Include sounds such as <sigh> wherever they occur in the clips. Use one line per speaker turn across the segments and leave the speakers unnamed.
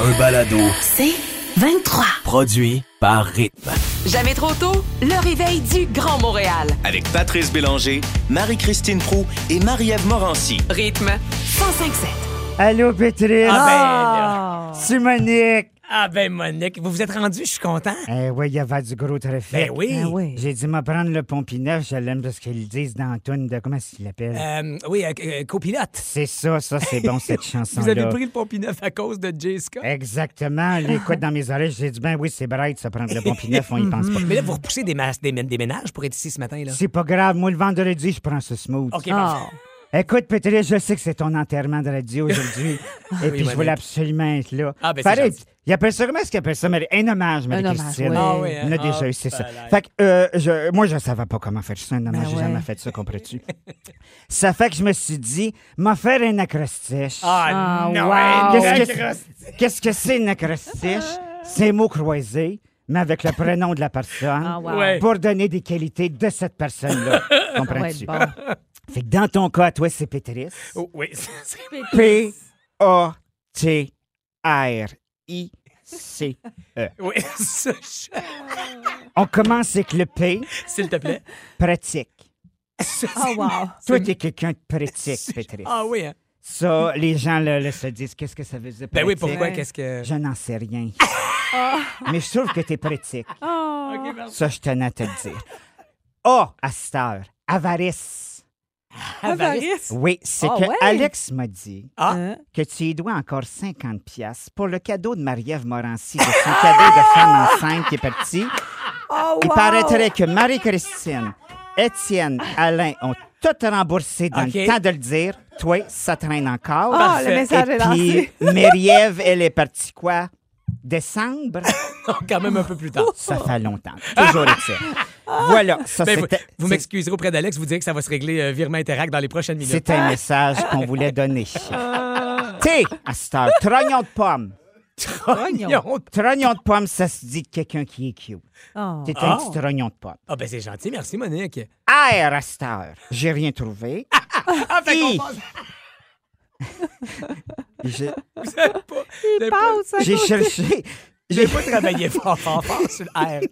Un balado
C'est 23.
produit par Rythme.
Jamais trop tôt, le réveil du Grand Montréal.
avec Patrice Bélanger, Marie-Christine Prou et Marie-Ève Morancy.
Rythme 105.7.
Oh.
Allô, Patrice.
Ah ben, là.
C'est Monique.
ah ben Monique, vous vous êtes rendu, je suis content.
Eh oui, il y avait du gros trafic.
Ben oui.
Ah oui.
J'ai dit, me prendre le Pompineuf, je l'aime parce qu'ils disent dans la toune de. Comment est-ce qu'il l'appelle?
Euh, oui, euh, euh, copilote.
C'est ça, ça, c'est bon,
<laughs>
cette chanson-là.
Vous avez pris le Pompineuf à cause de Jay Scott.
Ben Exactement. L'écoute dans mes oreilles, j'ai dit, ben oui, c'est bright, ça prend
<laughs>
le Pompineuf, on y pense pas.
Mais là, vous repoussez des, mas- des, des ménages pour être ici ce matin, là.
C'est pas grave, moi, le vendredi, je prends ce smooth.
OK,
Ah.
parfait.
Écoute, Patrice, je sais que c'est ton enterrement de radio
<laughs>
aujourd'hui.
Ah
et puis, je voulais
Monique.
absolument être là.
Ah, ben, c'est
Pareil,
gentil.
il appelle ça, comment est-ce qu'il appelle ça? Marie- Un hommage, Marie-Christine.
hommage, ouais.
Ah oui,
On a
hein?
déjà
Ah,
eu, c'est ça.
palais.
Fait que, euh, je, moi, je ne savais pas comment faire ça, un hommage.
Ben
J'ai
ouais.
jamais fait ça, comprends-tu? ça fait que je me suis dit, m'en faire un acrostiche.
Ah,
Ah,
non,
wow.
hein,
Qu'est-ce que-
Christ.
Qu'est-ce que c'est une acrostiche? c'est un mot croisé, mais avec le prénom de la personne
Ah, wow.
Ouais.
pour donner des qualités de cette personne-là.
Ça va
comprends-tu?
être bon.
Fait que dans ton cas, toi, c'est Pétris.
Oh, oui, <laughs> c'est-
P-A-T-R-I-C-E.
oui, <laughs> ça, je-
On commence avec le P,
s'il te plaît.
pratique.
Ah, <laughs> wow.
Toi, t'es quelqu'un de pratique, Pétris.
Ah oui, hein.
Ça, les gens là, là, se disent, qu'est-ce que ça veut dire
Ben oui,
pratique?
pourquoi, qu'est-ce que...
Je n'en sais rien. Mais je trouve que t'es pratique.
Ah, Ok, parfait.
Ça, je tenais à te le dire. A, à cette heure, avarice.
Avarice.
Oui, c'est
Ah
que
ouais?
Alex m'a dit
Ah,
Hein?
que tu y dois encore 50 pièces pour le cadeau de Marie-Ève Morancy, de son cadeau de femme enceinte qui est parti.
<laughs> Oh,
Il
wow.
paraîtrait que Marie-Christine, Étienne, Alain ont tout remboursé dans
OK.
le temps de le dire. Toi, ça traîne encore.
Ah,
Parfait.
le message est
Puis
lancé.
<laughs> Marie-Ève, elle est partie quoi? Décembre?
<laughs> non, quand même un peu plus tard.
Ça fait longtemps.
<laughs>
Toujours Étienne. Voilà, ça
Ben, vous
c'était...
vous
c'est-
m'excuserez auprès d'Alex, vous direz que ça va se régler euh, virement Interact dans les prochaines minutes.
C'est un message qu'on voulait
<laughs>
donner. T, à cette heure, trognon de pomme.
Mignon.
Trognon de pomme, ça se dit de quelqu'un qui est cute.
Oh.
T'es un
Oh.
petit trognon de pomme.
Ah ben c'est gentil, merci Monique.
R, à cette heure, j'ai rien trouvé.
<laughs> Ah, fait qu'on
I.
passe-
<laughs> J'ai-
pas-
Il
j'ai pas-
passe à
J'ai
côté.
cherché. J'ai
J'ai pas travaillé fort, fort, fort sur l'air.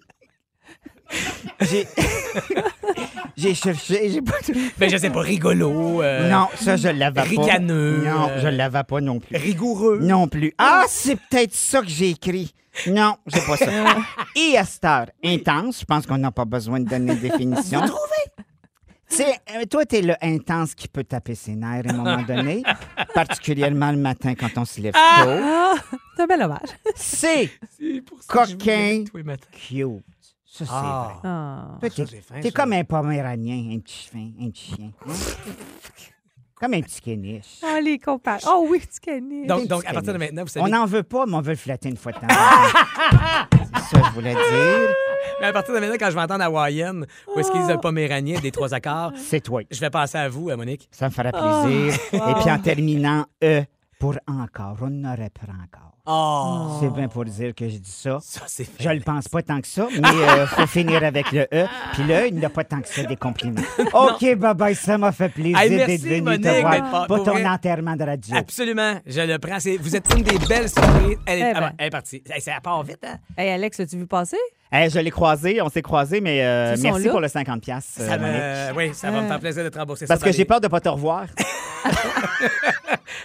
J'ai <laughs> j'ai cherché, j'ai pas trouvé.
Ben, je sais pas, rigolo. euh,
Non, ça, je l'avais pas.
ricaneux,
Non,
euh,
je l'avais pas non plus.
Rigoureux.
Non plus. Ah, c'est peut-être ça que j'ai écrit. Non, j'ai pas ça.
<laughs>
Et à cette heure, intense, je pense qu'on n'a pas besoin de donner une définition. Vous trouvez? toi, t'es le intense qui peut taper ses nerfs à un moment
<laughs>
donné, particulièrement le matin quand on se lève tôt.
Ah, c'est un bel hommage. <laughs>
C'est
C'est pour ça que je
Coquin.
voulais tous les matins.
cute. Ça, c'est
Ah.
vrai.
Ah.
Toi,
Ça,
t'es-
c'est fin,
T'es
ça.
comme un poméranien, un petit chien, un petit chien. hein? comme un petit kéniche.
Oh, les compagnes. Oh oui, tu connais.
Donc, donc, à partir de maintenant, vous savez.
On n'en veut pas, mais on veut le flatter une fois de temps. en
<laughs>
temps. c'est ça que je voulais dire.
Mais à partir de maintenant, quand je vais entendre Hawaiian, où est-ce qu'ils
Ah.
disent le poméranier des trois accords,
C'est toi.
je vais passer à vous, à Monique.
Ça me fera plaisir. Et puis en terminant, E pour encore. On n'aurait pas encore.
Oh,
C'est bien pour dire que je dis ça.
ça, c'est fait.
Mm. Je le pense pas tant que ça, <laughs> mais euh, faut finir avec le E. Puis le E, il n'a pas tant que ça des <laughs> compliments. OK, bye bye, ça m'a fait plaisir
Hey, merci,
d'être venu te
Monique, d'être
voir.
pas-
Pas
pour
ton
vrai.
enterrement de radio.
Absolument, je le prends. C'est- Vous êtes une des belles surprises. Elle est,
Eh ben.
ah, elle est partie. Elle, ça part vite, hein?
Hey, Alex, l'as-tu vu passer?
Hey, Eh, je l'ai croisé, on s'est croisé, mais euh,
Ils sont
merci
là.
pour le 50$, piastres, euh,
Ça me-
Monique. Euh.
oui, ça va me faire plaisir de te rembourser
Parce
ça.
que
dans
j'ai
les-
peur de pas te revoir.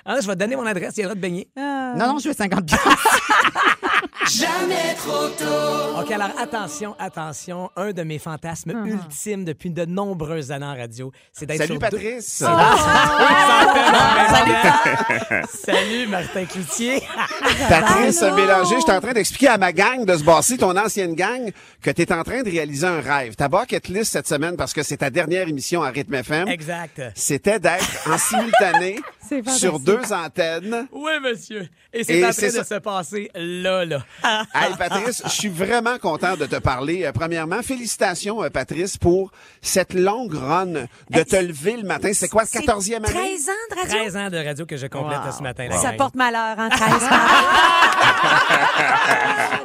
Ah, je vais te donner mon adresse, il y a le droit de baigner.
Non, non, je veux 50$. piastres.
OK, alors attention, attention. Un de mes fantasmes ultimes depuis de nombreuses années en radio, c'est d'être
Salut
sur deux-
Patrice!
Ah,
<laughs> Salut Martin Cloutier. <laughs>
Patrice Bélanger, je suis en train d'expliquer à ma gang de se basser, ton ancienne gang, que tu es en train de réaliser un rêve. Ta bucket list cette semaine, parce que c'est ta dernière émission à Rythme FM,
exact.
c'était d'être en simultané
<laughs> C'est fantastique.
sur deux antennes.
Oui, monsieur. Et c'est
Et
en train
c'est
de
ça.
se passer là, là. Ah,
Hey Patrice, je suis vraiment content de te parler. Euh, premièrement, félicitations euh, Patrice pour cette longue run de te lever le matin. C'est quoi, 14e année?
13 ans de radio?
13 ans de radio que je complète
Wow.
ce matin.
<laughs> Ça porte malheur, hein, 13 ans.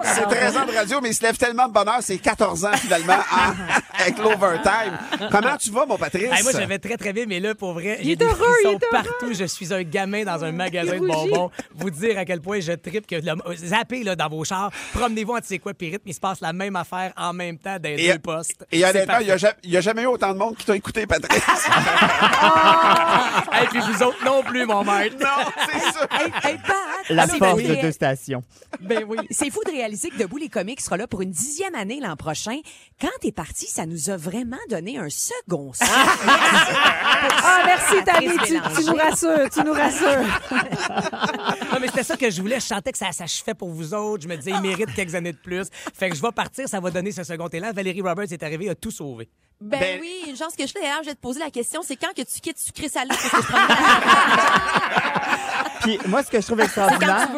C'est 13 ans de radio, mais il se lève tellement de bonheur, c'est 14 ans finalement en- avec l'overtime. Comment tu vas, mon Patrice?
Hey, moi, j'avais très, très vite, mais là, pour vrai,
Il
j'ai
est
des
heureux, il
frissons
est heureux.
partout. Je suis un gamin dans un magasin de
Il rougit.
bonbons. Vous dire à quel point je tripe que le... zappez là, dans vos chars, promenez-vous en sais quoi, puis rythme, il se passe la même affaire en même temps dans les
Et,
deux postes.
et honnêtement,
C'est
il n'y a, ja- il y a jamais eu autant de monde qui t'a écouté, Patrice.
<laughs> parfait. Hey, puis vous autres non plus, mon
<laughs>
maître.
non, c'est sûr.
Hey, hey, Pat,
<laughs> La
c'est
force
vrai.
de deux stations.
Ben oui.
C'est fou de réaliser que Debout les comiques sera là pour une dixième année l'an prochain. Quand t'es parti, ça nous a vraiment donné un second <laughs> souffle.
Ah, merci, Tammy.
Patrice
Tu, tu
Bélanger.
nous rassures. Tu nous rassures.
Non, mais c'était ça que je voulais. Je chantais que ça s'achevait pour vous autres. Je me disais, il mérite quelques années de plus. Fait que je vais partir, ça va donner ce second élan. Valérie Roberts est arrivée, a tout sauvé.
Ben,
Ben-
oui, une chance que je fais. D'ailleurs, je vais te poser la question, c'est quand que tu quittes sucré
<laughs>
salé parce que je prends
Puis moi, ce que je trouve extraordinaire,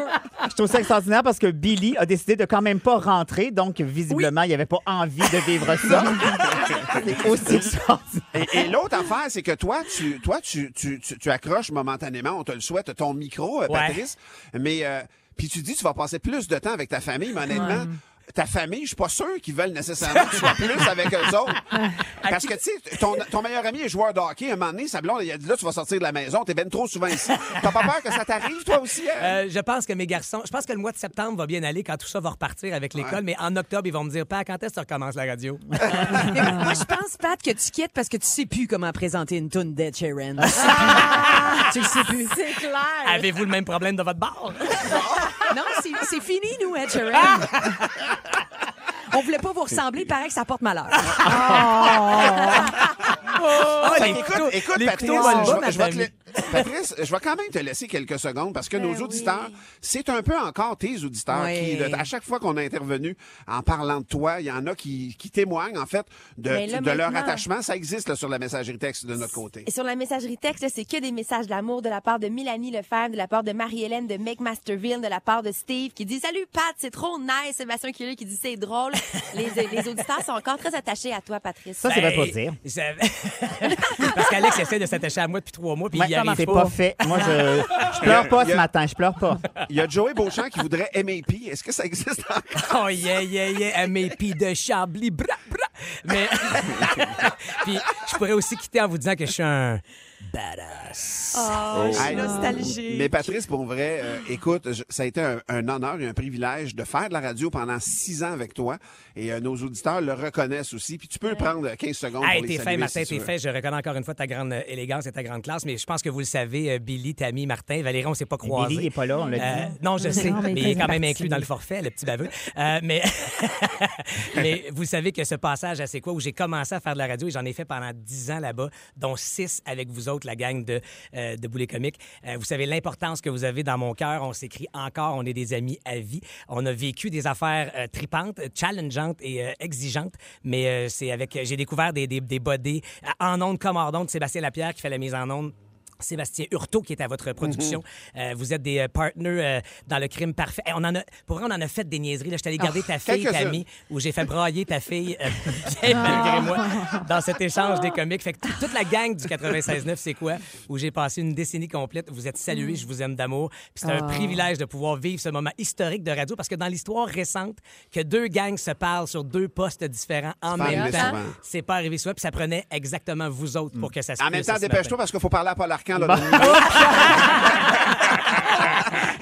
je trouve ça extraordinaire parce que Billy a décidé de quand même pas rentrer, donc visiblement, il n'avait pas envie de vivre ça. C'est aussi extraordinaire.
Et, et l'autre affaire, c'est que toi, tu, toi tu, tu, tu, tu accroches momentanément, on te le souhaite, ton micro, euh,
Ouais.
Patrice. Mais euh, puis tu dis tu vas passer plus de temps avec ta famille, mais honnêtement. Ta famille, je suis pas sûr qu'ils veulent nécessairement que tu sois plus avec eux
<laughs>
autres. Parce que, tu sais, ton, ton meilleur ami est joueur de hockey. Un moment donné, sa blonde, il a dit, là, tu vas sortir de la maison, t'es ben trop souvent ici. T'as pas peur que ça t'arrive, toi aussi? hein?
Euh, je pense que mes garçons, je pense que le mois de septembre va bien aller quand tout ça va repartir avec l'école, mais en octobre, ils vont me dire, pas quand est-ce que tu recommences la radio?
Mais moi, je pense, Pat, que tu quittes parce que tu sais plus comment présenter une toune d'Ed Sheeran. tu le sais plus.
C'est clair.
Avez-vous le même problème de votre <laughs> bar?
Non, c'est c'est fini, nous, Ed Sheeran. On voulait pas vous ressembler, il paraît que ça porte malheur.
Ah,
Fait
Ben,
les
qu'écoute,
couteaux-
écoute,
les
Patrice,
couteaux volent
je
bas,
vais-
ma
je vais te
famille.
la- Patrice, je vais quand même te laisser quelques secondes parce que
Ben
nos auditeurs, c'est un peu encore tes auditeurs
Oui.
qui, de- à chaque fois qu'on a intervenu en parlant de toi, il y en a qui, qui témoignent, en fait, de,
Mais Ben là,
de leur
maintenant-
attachement. Ça existe là, sur la messagerie texte de notre côté.
Et sur la messagerie texte, là, c'est que des messages d'amour de la part de Mélanie Lefebvre, de la part de Marie-Hélène de Meg Masterville, de la part de Steve qui dit Salut Pat, c'est trop nice. Sébastien Curie qui dit C'est drôle. les, euh, les auditeurs sont encore très attachés à toi, Patrice.
Ça, c'est vrai
Ben,
pas dire.
ça- <laughs> Parce qu'Alex essaie de s'attacher à moi depuis trois mois, puis il y
Ouais,
arrive
c'est
pas.
pas fait. Moi, je, je pleure pas
Il y
ce
a-
matin. Je pleure pas.
Il y a Joey Beauchamp qui voudrait MAP. Est-ce que ça existe encore?
Oh yeah, yeah, yeah, mes pieds de Chablis, bra, bra. Mais <laughs> puis je pourrais aussi quitter en vous disant que je suis un badass.
Hey, Mais Patrice, pour vrai, euh, écoute, je- ça a été un, un honneur et un privilège de faire de la radio pendant six ans avec toi. Et euh, nos auditeurs le reconnaissent aussi. Puis tu peux prendre 15 secondes
Hey,
pour les
t'es
saluer
fin, Martin,
si tu
t'es
veux.
fin. Je reconnais encore une fois ta grande euh, élégance et ta grande classe, mais je pense que vous le savez, euh, Billy, Tammy, Martin, Valérie, on s'est pas croisés.
Billy, il est pas là, on l'a
Euh,
dit.
non, je sais,
Non, mais il
mais il est
fait
quand même
partie.
inclus dans le forfait, le petit baveux. Euh, mais... <laughs> mais vous savez que ce passage à C'est quoi, où j'ai commencé à faire de la radio, et j'en ai fait pendant 10 ans là-bas, dont 6 avec vous autres, la gang de, euh, de Boulet Comique. Euh, vous savez l'importance que vous avez dans mon cœur. On s'écrit encore, on est des amis à vie. On a vécu des affaires euh, tripantes, euh, challengeantes et euh, exigeantes, mais euh, c'est avec... J'ai découvert des, des, des bodés euh, en ondes comme hors d'ondes. Sébastien Lapierre qui fait la mise en ondes. Sébastien Hurtaud qui est à votre production. Euh, vous êtes des euh, partners euh, dans le crime parfait. Eh, on en a, pour vrai, on en a fait des niaiseries. Là, je suis allé garder ta fille,
quelques-unes.
Tammy, où j'ai fait brailler ta fille, euh, <laughs> bien malgré moi, dans cet échange des comiques. Fait que tout- toute la gang du 96.9, c'est quoi? Où j'ai passé une décennie complète. Vous êtes salués, je vous aime d'amour. Puis c'est un privilège de pouvoir vivre ce moment historique de radio parce que dans l'histoire récente, que deux gangs se parlent sur deux postes différents en
pas
même
arrivé
temps,
souvent.
c'est pas arrivé souvent. Puis ça prenait exactement vous autres pour que ça se
En même
puisse
temps,
ce matin.
dépêche-toi parce qu'il faut parler à Paul Arcan. Là, dans le-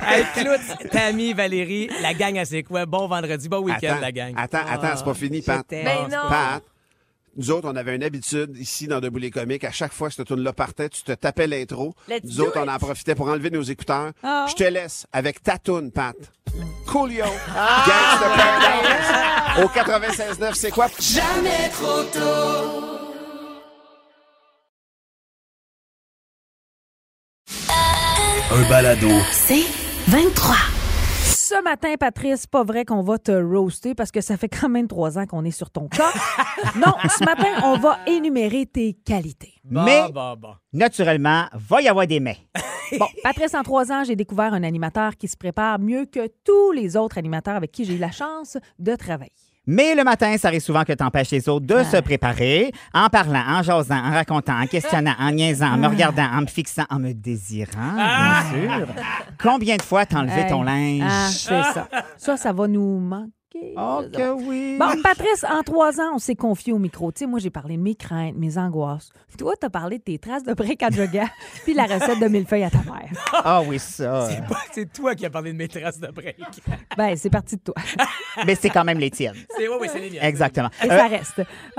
Hey, Claude, Tammy, Valérie, la gang à c'est quoi? Bon vendredi, bon week-end,
attends,
la gang. Ah,
attends, attends, c'est pas fini, Pat.
Ah,
Ben non.
Pat, nous autres, on avait une habitude ici dans Debout les comiques. À chaque fois que cette tourne-là partait, tu te tapais l'intro.
Let's
Nous
do
autres, on
it.
en profitait pour enlever nos écouteurs.
Ah.
Je te laisse avec ta toune, Pat. Coolio,
Ah.
Gangsta Paradise, au 96.9, c'est quoi?
Un balado.
C'est 23.
Ce matin, Patrice, pas vrai qu'on va te roaster parce que ça fait quand même trois ans qu'on est sur ton
<laughs>
cas. non, ce matin, on va énumérer tes qualités.
Bon,
Mais-
bon, bon.
Naturellement, va y avoir des mets. <laughs>
Bon, Patrice, en trois ans, j'ai découvert un animateur qui se prépare mieux que tous les autres animateurs avec qui j'ai eu la chance de travailler.
Mais le matin, ça arrive souvent que t'empêches les autres de se préparer en parlant, en jasant, en racontant, en questionnant, en niaisant, en me regardant, en me fixant, en me désirant, bien sûr. Combien de fois t'as
Ah!
enlevé
Hey.
ton linge?
Ah, c'est ça. Ça, ça va nous manquer.
Oh que oui!
Bon, Patrice, en trois ans, on s'est confié au micro. Tu sais, moi, j'ai parlé de mes craintes, mes angoisses. Toi, t'as parlé de tes traces de break à yoga, <laughs> puis la recette de millefeuille à ta mère.
Ah
<laughs>
oui, ça.
C'est pas- C'est toi qui as parlé de maîtresse de break.
Ben, c'est parti de toi.
Mais c'est quand même les tiennes.
C'est oui, oui, c'est les miennes.
Exactement.
Et
Euh,
ça reste.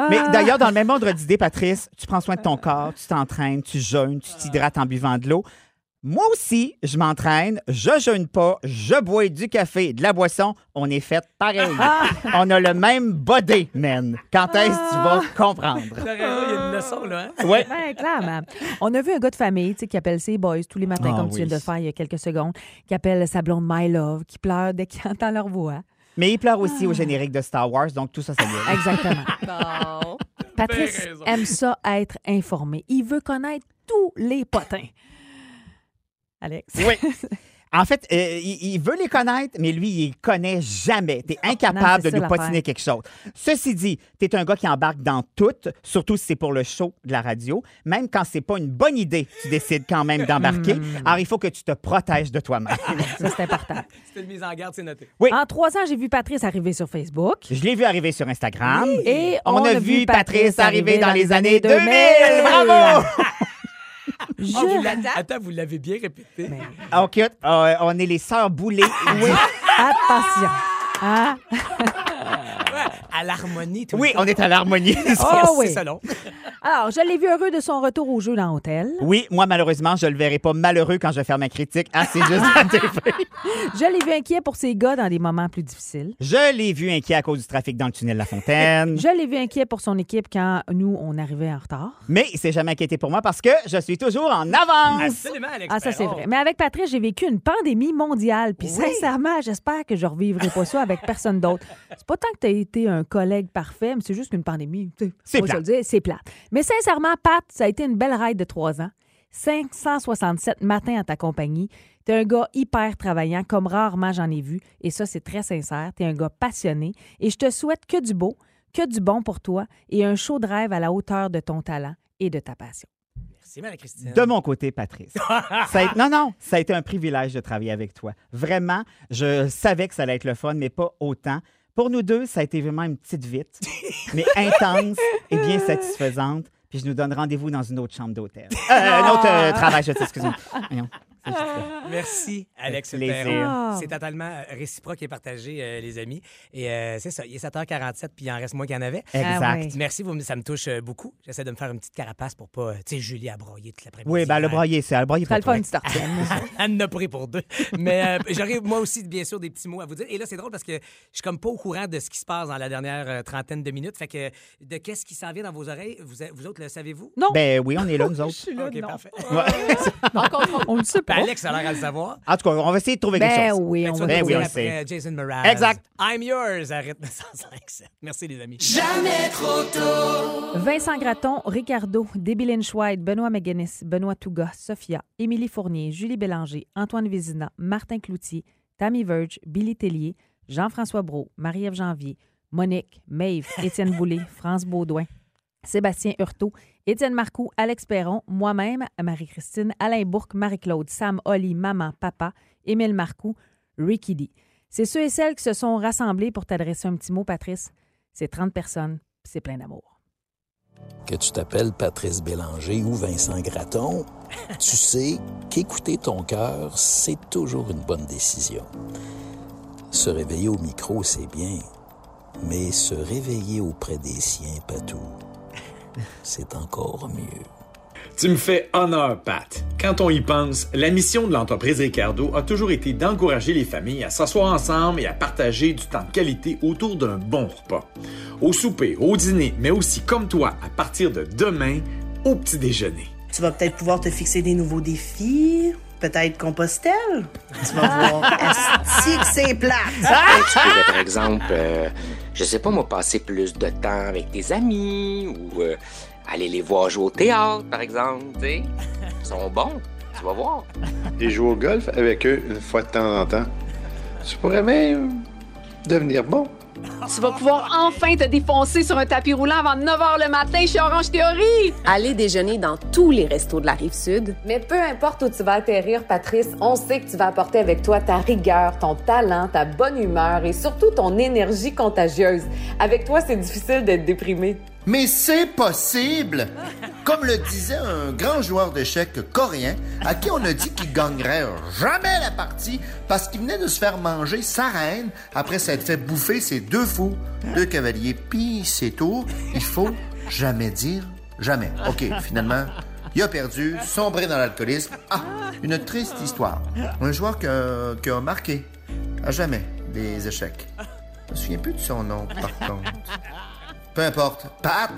Mais
Ah.
d'ailleurs, dans le même ordre d'idée, Patrice, tu prends soin de ton corps, tu t'entraînes, tu jeûnes, tu t'hydrates en buvant de l'eau. Moi aussi, je m'entraîne, je jeûne pas, je bois du café, de la boisson, on est fait pareil. On a le même body, man. Quand est-ce que tu vas comprendre?
T'as raison, il y
Ah.
a une leçon, là. hein?
Ouais.
Ben, clairement. <laughs> On a vu un gars de famille tu sais, qui appelle ses boys tous les matins,
Ah
comme tu
oui.
viens de le faire il y a quelques secondes, qui appelle sa blonde My Love, qui pleure dès qu'il <laughs> entend leur voix.
Mais il pleure aussi au générique de Star Wars, donc tout ça, ça vient.
Exactement.
Bon.
Patrice
raison.
aime ça être informé. Il veut connaître tous les potins. Alex.
Oui. En fait, euh, il, il veut les connaître, mais lui, il les connaît jamais. T'es
non,
incapable
c'est
de
ça,
nous patiner
l'affaire.
quelque chose. Ceci dit, t'es un gars qui embarque dans tout, surtout si c'est pour le show de la radio. Même quand c'est pas une bonne idée, tu décides quand même d'embarquer. Alors, il faut que tu te protèges de <laughs> toi-même.
<laughs> Ça, c'est important.
C'était une mise en garde, c'est noté.
Oui.
En trois ans, j'ai vu Patrice arriver sur Facebook.
Je l'ai vu arriver sur Instagram.
Et
on, a, vu Patrice arriver dans les années 2000.
2000.
Bravo!
Je...
Ah, vous l'avez- Attends, vous l'avez bien répété.
OK, euh, on est les sœurs boulées. <laughs> Oui.
Attention. Hein?
À l'harmonie, tout
oui, on est à l'harmonie.
Ah
Oh,
oui.
C'est ça, long.
Alors, je l'ai vu heureux de son retour au jeu dans l'hôtel.
Oui, moi, malheureusement, je le verrai pas malheureux quand je vais faire ma critique. Ah, c'est <laughs> juste la TV.
Je l'ai vu inquiet pour ses gars dans des moments plus difficiles.
Je l'ai vu inquiet à cause du trafic dans le tunnel de La
<laughs>
Fontaine.
Je l'ai vu inquiet pour son équipe quand nous, on arrivait en retard.
Mais il s'est jamais inquiété pour moi parce que je suis toujours en avance.
Absolument, Alex.
Ah, ça, c'est
Perron.
vrai. Mais avec Patrice, j'ai vécu une pandémie mondiale. Puis sincèrement, j'espère que je revivrai pas ça avec personne d'autre. C'est pas tant que tu as été un collègue parfait, mais c'est juste qu'une pandémie, tu sais,
C'est
faut se
plate.
le dire, c'est plate. Mais sincèrement, Pat, ça a été une belle ride de trois ans. 567 matins à ta compagnie. T'es un gars hyper travaillant, comme rarement j'en ai vu. Et ça, c'est très sincère. T'es un gars passionné. Et je te souhaite que du beau, que du bon pour toi et un show de rêve à la hauteur de ton talent et de ta passion.
Merci, Marie-Christine.
De mon
<laughs>
côté, Patrice. Ça a été- non, non, ça a été un privilège de travailler avec toi. Vraiment, je savais que ça allait être le fun, mais pas autant. Pour nous deux, ça a été vraiment une
<laughs>
petite vite, mais intense et bien satisfaisante. Puis je nous donne rendez-vous dans une autre
<laughs>
chambre d'hôtel. Euh,
Ah!
un autre euh, travail, je excuse-moi. Voyons, c'est juste ça.
Merci, Alex.
Avec plaisir.
Perron.
Ah.
C'est totalement euh, réciproque et partagé, euh, les amis. Et euh, c'est ça, il est 7h47, puis il en reste moins qu'il y en avait.
Exact.
Ah ouais.
Merci, vous me- ça me touche euh, beaucoup. J'essaie de me faire une petite carapace pour pas, euh, tu sais, Julie a broyé toute l'après-midi.
Oui, ben le broyer, c'est le broyer
Ça
pour
le fun,
toi.
une petite tartine.
<laughs> Elle n'a pris pour deux. Mais euh, j'aurais moi aussi, bien sûr, des petits mots à vous dire. Et là, c'est drôle parce que je suis comme pas au courant de ce qui se passe dans la dernière euh, trentaine de minutes. Fait que de qu'est-ce qui s'en vient dans vos oreilles, vous, vous autres le savez-vous?
Non. Oh.
Ben oui, on
<laughs>
est là, nous autres.
OK, parfait.
On le sait pas.
Ben, Alex a l'air à le savoir.
En tout cas, on va essayer de trouver quelque
Ben
chose.
oui, on
Fait
va
que tu
Ben
vas
oui,
nous dire
on le
après,
sait.
euh, Jason Mraz.
Exact.
I'm yours à rythme 105.7. Merci, les amis.
Vincent Gratton, Ricardo, Debbie Schweid, Benoît McGuinness, Benoît Touga, Sophia, Émilie Fournier, Julie Bélanger, Antoine Vézina, Martin Cloutier, Tammy Verge, Billy Tellier, Jean-François Brault, Marie-Ève Janvier, Monique, Maeve, Étienne Boulay, France Baudouin, Sébastien Hurtaud, Étienne Marcoux, Alex Perron, moi-même, Marie-Christine, Alain Bourque, Marie-Claude, Sam Holly, Maman, Papa, Émile Marcoux, Ricky D. C'est ceux et celles qui se sont rassemblés pour t'adresser un petit mot, Patrice. C'est 30 personnes, puis c'est plein d'amour.
Que tu t'appelles Patrice Bélanger ou Vincent Gratton, <laughs> tu sais qu'écouter ton cœur, c'est toujours une bonne décision. Se réveiller au micro, c'est bien, mais se réveiller auprès des siens, Patou, c'est encore mieux.
Tu me fais honneur, Pat. Quand on y pense, la mission de l'entreprise Ricardo a toujours été d'encourager les familles à s'asseoir ensemble et à partager du temps de qualité autour d'un bon repas. Au souper, au dîner, mais aussi comme toi, à partir de demain, au petit déjeuner.
Tu vas peut-être pouvoir te fixer des nouveaux défis. Peut-être Compostelle. Tu vas voir. Asti que c'est plate.
Tu pourrais, par exemple, euh, je sais pas, moi, passer plus de temps avec tes amis ou euh, aller les voir jouer au théâtre, par exemple, tu sais. Ils sont bons, tu vas voir.
Et jouer au golf avec eux une fois de temps en temps. Tu pourrais même devenir bon.
Tu vas pouvoir enfin te défoncer sur un tapis roulant avant 9 h le matin chez Orange Théorie.
Aller déjeuner dans tous les restos de la rive sud.
Mais peu importe où tu vas atterrir, Patrice, on sait que tu vas apporter avec toi ta rigueur, ton talent, ta bonne humeur et surtout ton énergie contagieuse. Avec toi, c'est difficile d'être déprimé.
Mais c'est possible! Comme le disait un grand joueur d'échecs coréen, à qui on a dit qu'il gagnerait jamais la partie parce qu'il venait de se faire manger sa reine après s'être fait bouffer ses deux fous, deux cavaliers, puis ses tours. Il faut jamais dire jamais. OK, finalement, il a perdu, sombré dans l'alcoolisme. Ah, une triste histoire. Un joueur qui a, qui a marqué à jamais des échecs. Je me souviens plus de son nom, par contre. Peu importe. Pat,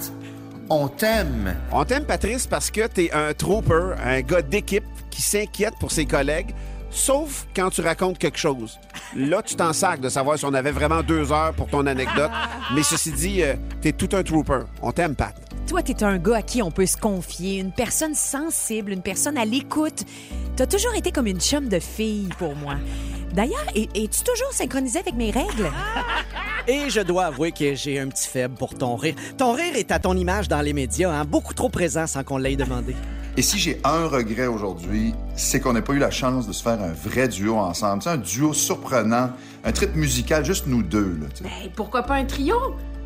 on t'aime.
On t'aime, Patrice, parce que t'es un trooper, un gars d'équipe qui s'inquiète pour ses collègues, sauf quand tu racontes quelque chose. Là, tu t'en sacres de savoir si on avait vraiment deux heures pour ton anecdote. Mais ceci dit, euh, t'es tout un trooper. On t'aime, Pat.
Toi, t'es un gars à qui on peut se confier, une personne sensible, une personne à l'écoute. T'as toujours été comme une chum de fille pour moi. D'ailleurs, es- es-tu toujours synchronisé avec mes règles?
Et je dois avouer que j'ai un petit faible pour ton rire. Ton rire est à ton image dans les médias, hein, beaucoup trop présent sans qu'on l'ait demandé.
Et si j'ai un regret aujourd'hui, c'est qu'on n'a pas eu la chance de se faire un vrai duo ensemble. Tu sais, un duo surprenant, un trip musical, juste nous deux. Là, tu sais.
Hey, pourquoi pas un trio?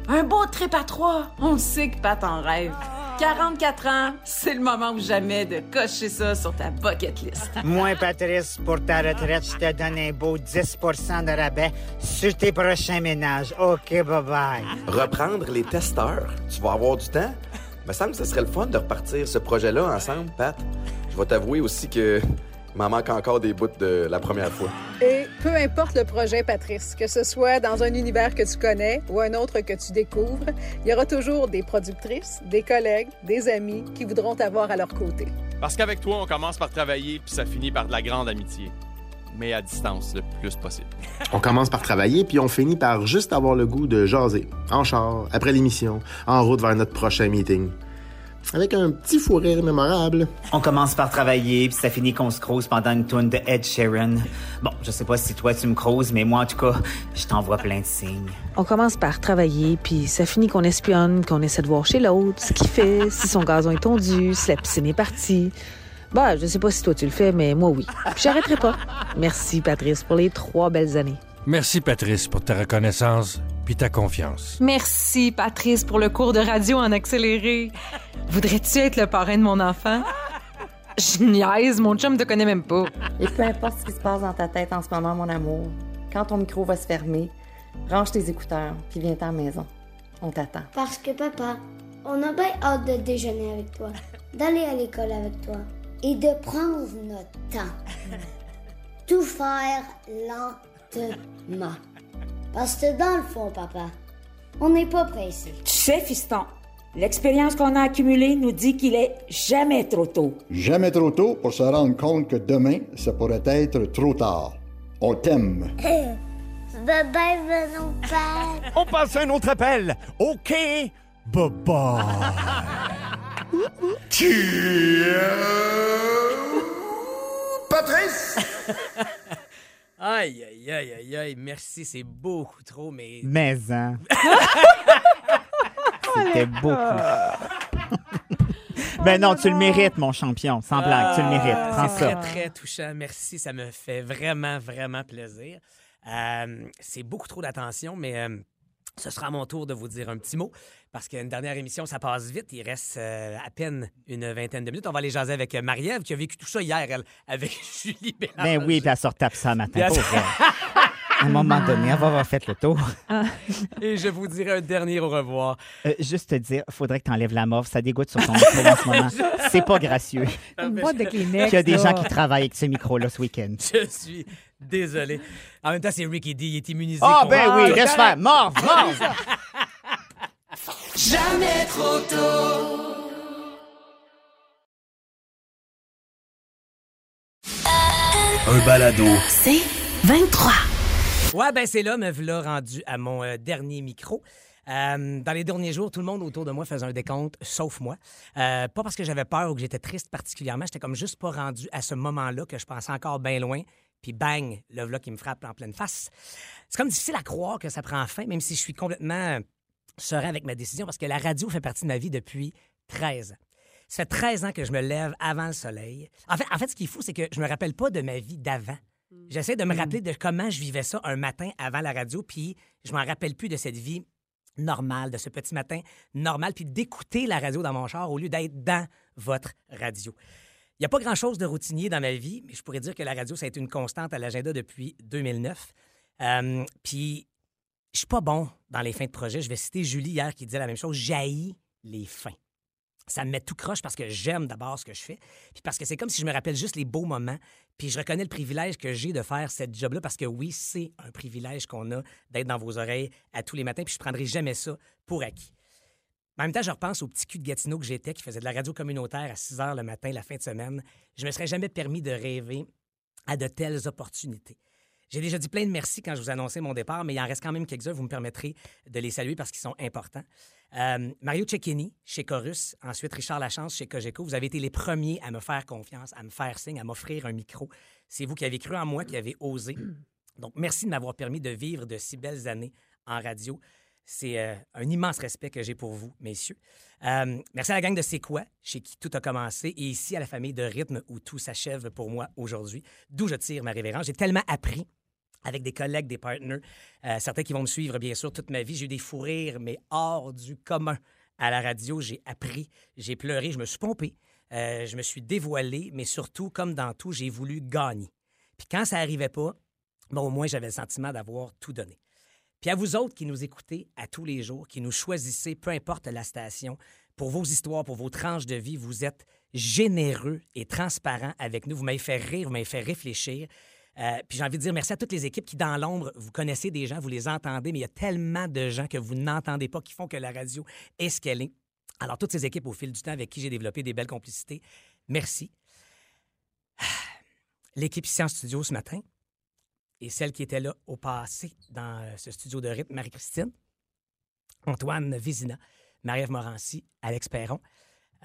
Un beau trip à trois. On le sait que Pat en rêve.
Ah.
44 ans, c'est le moment ou jamais de cocher ça sur ta bucket list.
Moi, Patrice, pour ta retraite, je te donne un beau 10 de rabais sur tes prochains ménages. OK, bye-bye.
Reprendre les testeurs. Tu vas avoir du temps. Il me semble que ce serait le fun de repartir ce projet-là ensemble, Pat. Je vais t'avouer aussi que il m'en manque encore des bouts de la première fois.
Et peu importe le projet, Patrice, que ce soit dans un univers que tu connais ou un autre que tu découvres, il y aura toujours des productrices, des collègues, des amis qui voudront t'avoir à leur côté.
Parce qu'avec toi, on commence par travailler, puis ça finit par de la grande amitié. Mais à distance, le plus possible.
On commence par travailler, puis on finit par juste avoir le goût de jaser, en char, après l'émission, en route vers notre prochain meeting. Avec un petit fou rire mémorable.
On commence par travailler, puis ça finit qu'on se croise pendant une tourne de Ed Sheeran. Bon, je sais pas si toi tu me croses, mais moi en tout cas, je t'envoie plein de signes.
On commence par travailler, puis ça finit qu'on espionne, qu'on essaie de voir chez l'autre ce qu'il fait, si son gazon est tondu, si la piscine est partie. Bah, je sais pas si toi tu le fais, mais moi oui. Puis j'arrêterai pas. Merci Patrice pour les trois belles années.
Merci, Patrice, pour ta reconnaissance puis ta confiance.
Merci, Patrice, pour le cours de radio en accéléré. Voudrais-tu être le parrain de mon enfant? Je niaise, mon chum te connaît même pas.
Et peu importe ce qui se passe dans ta tête en ce moment, mon amour, quand ton micro va se fermer, range tes écouteurs, puis viens à la maison. On t'attend.
Parce que papa, on a bien hâte de déjeuner avec toi, d'aller à l'école avec toi et de prendre notre temps. Tout faire lentement. Parce que dans le fond, papa, on n'est pas pressé.
Tu sais, fiston, l'expérience qu'on a accumulée nous dit qu'il est jamais trop tôt.
Jamais trop tôt pour se rendre compte que demain, ça pourrait être trop tard.
<laughs>
On t'aime.
Bye bye, mon père.
On passe à un autre appel. OK, bye-bye.
Patrice!
Aïe, aïe, aïe, aïe, aïe, merci, c'est beaucoup trop, mais.
Mais,
<laughs>
hein.
Oh
C'était beaucoup. <laughs> Mais non, tu le mérites, mon champion. Sans blague, tu le mérites. Prends
Ah, C'est
ça.
très, très touchant. Merci, ça me fait vraiment, vraiment plaisir. Euh, c'est beaucoup trop d'attention, mais euh, ce sera à mon tour de vous dire un petit mot parce qu'une dernière émission, ça passe vite. Il reste euh, à peine une vingtaine de minutes. On va aller jaser avec euh, Marie-Ève qui a vécu tout ça hier, elle, avec <laughs> Julie Bélanger.
Ben oui, puis elle sort tape ça matin.
Bien
Pauvre. <laughs>
sûr.
À un moment donné, elle va avoir fait le tour. ben
Et je vous dirai un dernier au revoir.
Euh, juste te dire, faudrait que tu enlèves la morve. Ça dégoûte sur ton micro en ce <laughs> moment. C'est pas gracieux.
Une boîte de Kleenex.
Il y a des
là.
gens qui travaillent avec ce micro-là ce week-end.
Je suis désolé. En même temps, c'est Ricky D, il est immunisé.
Ah,
contre-
ben oui, laisse faire. Morve, morve. <laughs>
Jamais trop tôt.
Un balado.
C'est 23.
Ouais, ben c'est là, me voilà rendu à mon euh, dernier micro. Euh, dans les derniers jours, tout le monde autour de moi faisait un décompte, sauf moi. Euh, pas parce que j'avais peur ou que j'étais triste particulièrement, j'étais comme juste pas rendu à ce moment-là que je pensais encore bien loin, puis bang, le v'là qui me frappe en pleine face. C'est comme difficile à croire que ça prend fin, même si je suis complètement serein avec ma décision, parce que la radio fait partie de ma vie depuis 13 ans. Ça fait 13 ans que je me lève avant le soleil. En fait, en fait ce qu'il faut, c'est que je me rappelle pas de ma vie d'avant. J'essaie de me rappeler de comment je vivais ça un matin avant la radio, puis je m'en rappelle plus de cette vie normale, de ce petit matin normal, puis d'écouter la radio dans mon char au lieu d'être dans votre radio. Il n'y a pas grand-chose de routinier dans ma vie, mais je pourrais dire que la radio, ça a été une constante à l'agenda depuis 2009. Euh, puis, je suis pas bon dans les fins de projet. Je vais citer Julie hier qui disait la même chose. J'haïs les fins. Ça me met tout croche parce que j'aime d'abord ce que je fais, puis parce que c'est comme si je me rappelle juste les beaux moments, puis je reconnais le privilège que j'ai de faire cette job-là, parce que oui, c'est un privilège qu'on a d'être dans vos oreilles à tous les matins, puis je prendrai jamais ça pour acquis. Mais En même temps, je repense au petit cul de Gatineau que j'étais, qui faisait de la radio communautaire à 6 heures le matin, la fin de semaine. Je me serais jamais permis de rêver à de telles opportunités. J'ai déjà dit plein de merci quand je vous annonçais mon départ, mais il en reste quand même quelques-uns. Vous me permettrez de les saluer parce qu'ils sont importants. Euh, Mario Cecchini chez Chorus, ensuite Richard Lachance chez Cogeco. Vous avez été les premiers à me faire confiance, à me faire signe, à m'offrir un micro. C'est vous qui avez cru en moi, qui avez osé. Donc, merci de m'avoir permis de vivre de si belles années en radio. C'est euh, un immense respect que j'ai pour vous, messieurs. Euh, merci à la gang de C'est quoi, chez qui tout a commencé, et ici à la famille de Rythme, où tout s'achève pour moi aujourd'hui, d'où je tire ma révérence. J'ai tellement appris avec des collègues, des partenaires, Euh, certains qui vont me suivre, bien sûr, toute ma vie. J'ai eu des fous rires, mais hors du commun. À la radio, j'ai appris, j'ai pleuré, je me suis pompé, euh, je me suis dévoilé, mais surtout, comme dans tout, j'ai voulu gagner. Puis quand ça n'arrivait pas, bon, au moins, j'avais le sentiment d'avoir tout donné. Puis à vous autres qui nous écoutez à tous les jours, qui nous choisissez, peu importe la station, pour vos histoires, pour vos tranches de vie, vous êtes généreux et transparent avec nous. Vous m'avez fait rire, vous m'avez fait réfléchir. Euh, puis j'ai envie de dire merci à toutes les équipes qui, dans l'ombre, vous connaissez des gens, vous les entendez, mais il y a tellement de gens que vous n'entendez pas qui font que la radio est ce qu'elle est. Alors, toutes ces équipes au fil du temps avec qui j'ai développé des belles complicités, merci. <sighs> L'équipe ici en studio ce matin et celle qui était là au passé dans euh, ce studio de rythme, Marie-Christine, Antoine Vézina, Marie-Ève Morancy, Alex Perron,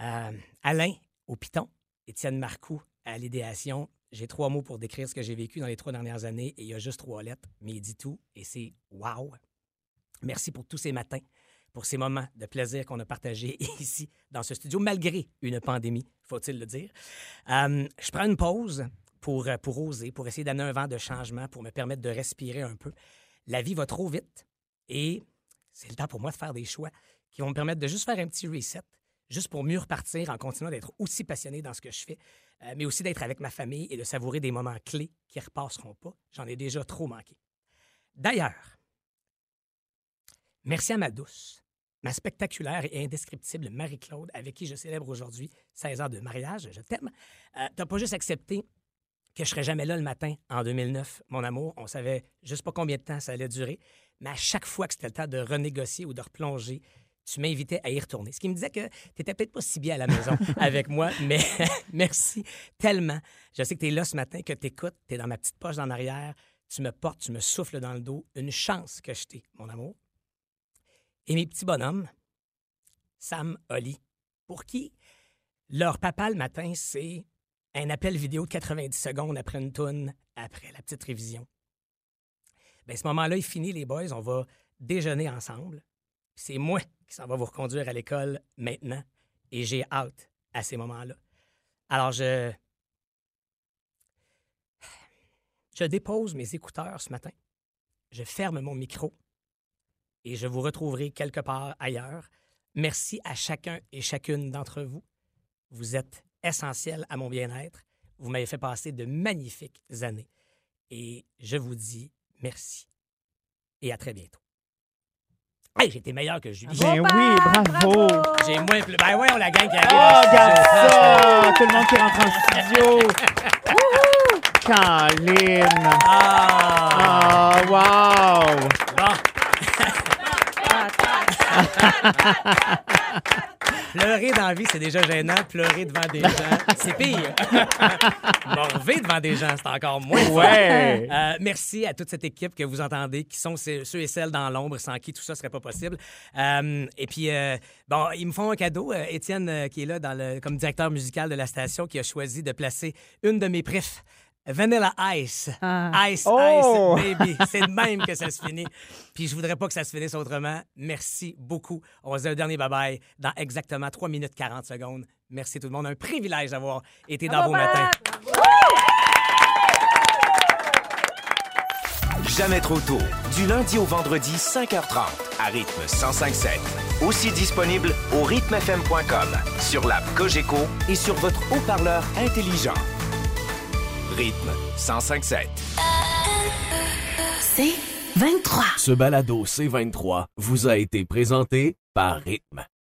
euh, Alain au Piton, Étienne Marcoux à l'idéation, j'ai trois mots pour décrire ce que j'ai vécu dans les trois dernières années et il y a juste trois lettres, mais il dit tout et c'est wow. Merci pour tous ces matins, pour ces moments de plaisir qu'on a partagés <laughs> ici dans ce studio, malgré une pandémie, faut-il le dire. Euh, je prends une pause pour, euh, pour oser, pour essayer d'amener un vent de changement, pour me permettre de respirer un peu. La vie va trop vite et c'est le temps pour moi de faire des choix qui vont me permettre de juste faire un petit reset juste pour mieux repartir en continuant d'être aussi passionné dans ce que je fais, euh, mais aussi d'être avec ma famille et de savourer des moments clés qui ne repasseront pas. J'en ai déjà trop manqué. D'ailleurs, merci à ma douce, ma spectaculaire et indescriptible Marie-Claude, avec qui je célèbre aujourd'hui 16 ans de mariage. Je t'aime. Euh, T'as pas juste accepté que je serais jamais là le matin en 2009, mon amour. On savait juste pas combien de temps ça allait durer, mais à chaque fois que c'était le temps de renégocier ou de replonger tu m'invitais à y retourner. Ce qui me disait que tu n'étais peut-être pas si bien à la maison avec moi, mais <laughs> merci tellement. Je sais que tu es là ce matin, que tu écoutes, tu es dans ma petite poche en arrière, tu me portes, tu me souffles dans le dos. Une chance que je t'ai, mon amour. Et mes petits bonhommes, Sam, Oli, pour qui leur papa le matin, c'est un appel vidéo de 90 secondes après une toune, après la petite révision. Bien, ce moment-là est fini, les boys. On va déjeuner ensemble. Puis c'est moi qui s'en va vous reconduire à l'école maintenant. Et j'ai hâte à ces moments-là. Alors, je. Je dépose mes écouteurs ce matin. Je ferme mon micro et je vous retrouverai quelque part ailleurs. Merci à chacun et chacune d'entre vous. Vous êtes essentiels à mon bien-être. Vous m'avez fait passer de magnifiques années. Et je vous dis merci. Et à très bientôt. Hey, j'étais meilleur que Julie.
Ben oui, bravo!
J'ai moins. pl- Ben ouais, on la gagne qui arrive.
Oh,
en
regarde ça!
studio.
Tout le monde qui rentre en studio! Wouhou! Caline! Ah! wow!
Pleurer dans la vie, c'est déjà gênant. Pleurer devant des gens, c'est pire. <laughs> Morver devant des gens, c'est encore moins. fun.
Ouais.
Euh, merci à toute cette équipe que vous entendez, qui sont ceux ceux et celles dans l'ombre sans qui tout ça serait pas possible. Euh, et puis, euh, bon, ils me font un cadeau. Euh, Étienne, euh, qui est là dans le- comme directeur musical de la station, qui a choisi de placer une de mes prefs Vanilla Ice. Ice,
Oh!
Ice, baby. C'est de même que ça se finit. Puis je voudrais pas que ça se finisse autrement. Merci beaucoup. On se dit un dernier bye-bye dans exactement 3 minutes 40 secondes. Merci tout le monde. Un privilège d'avoir été dans vos matins.
Jamais trop tôt. Du lundi au vendredi, 5h30, à rythme 105.7. Aussi disponible au rythmefm.com, sur l'app Cogeco et sur votre haut-parleur intelligent. Rythme 105.7.
C'est 23.
Ce balado C23 vous a été présenté par Rythme.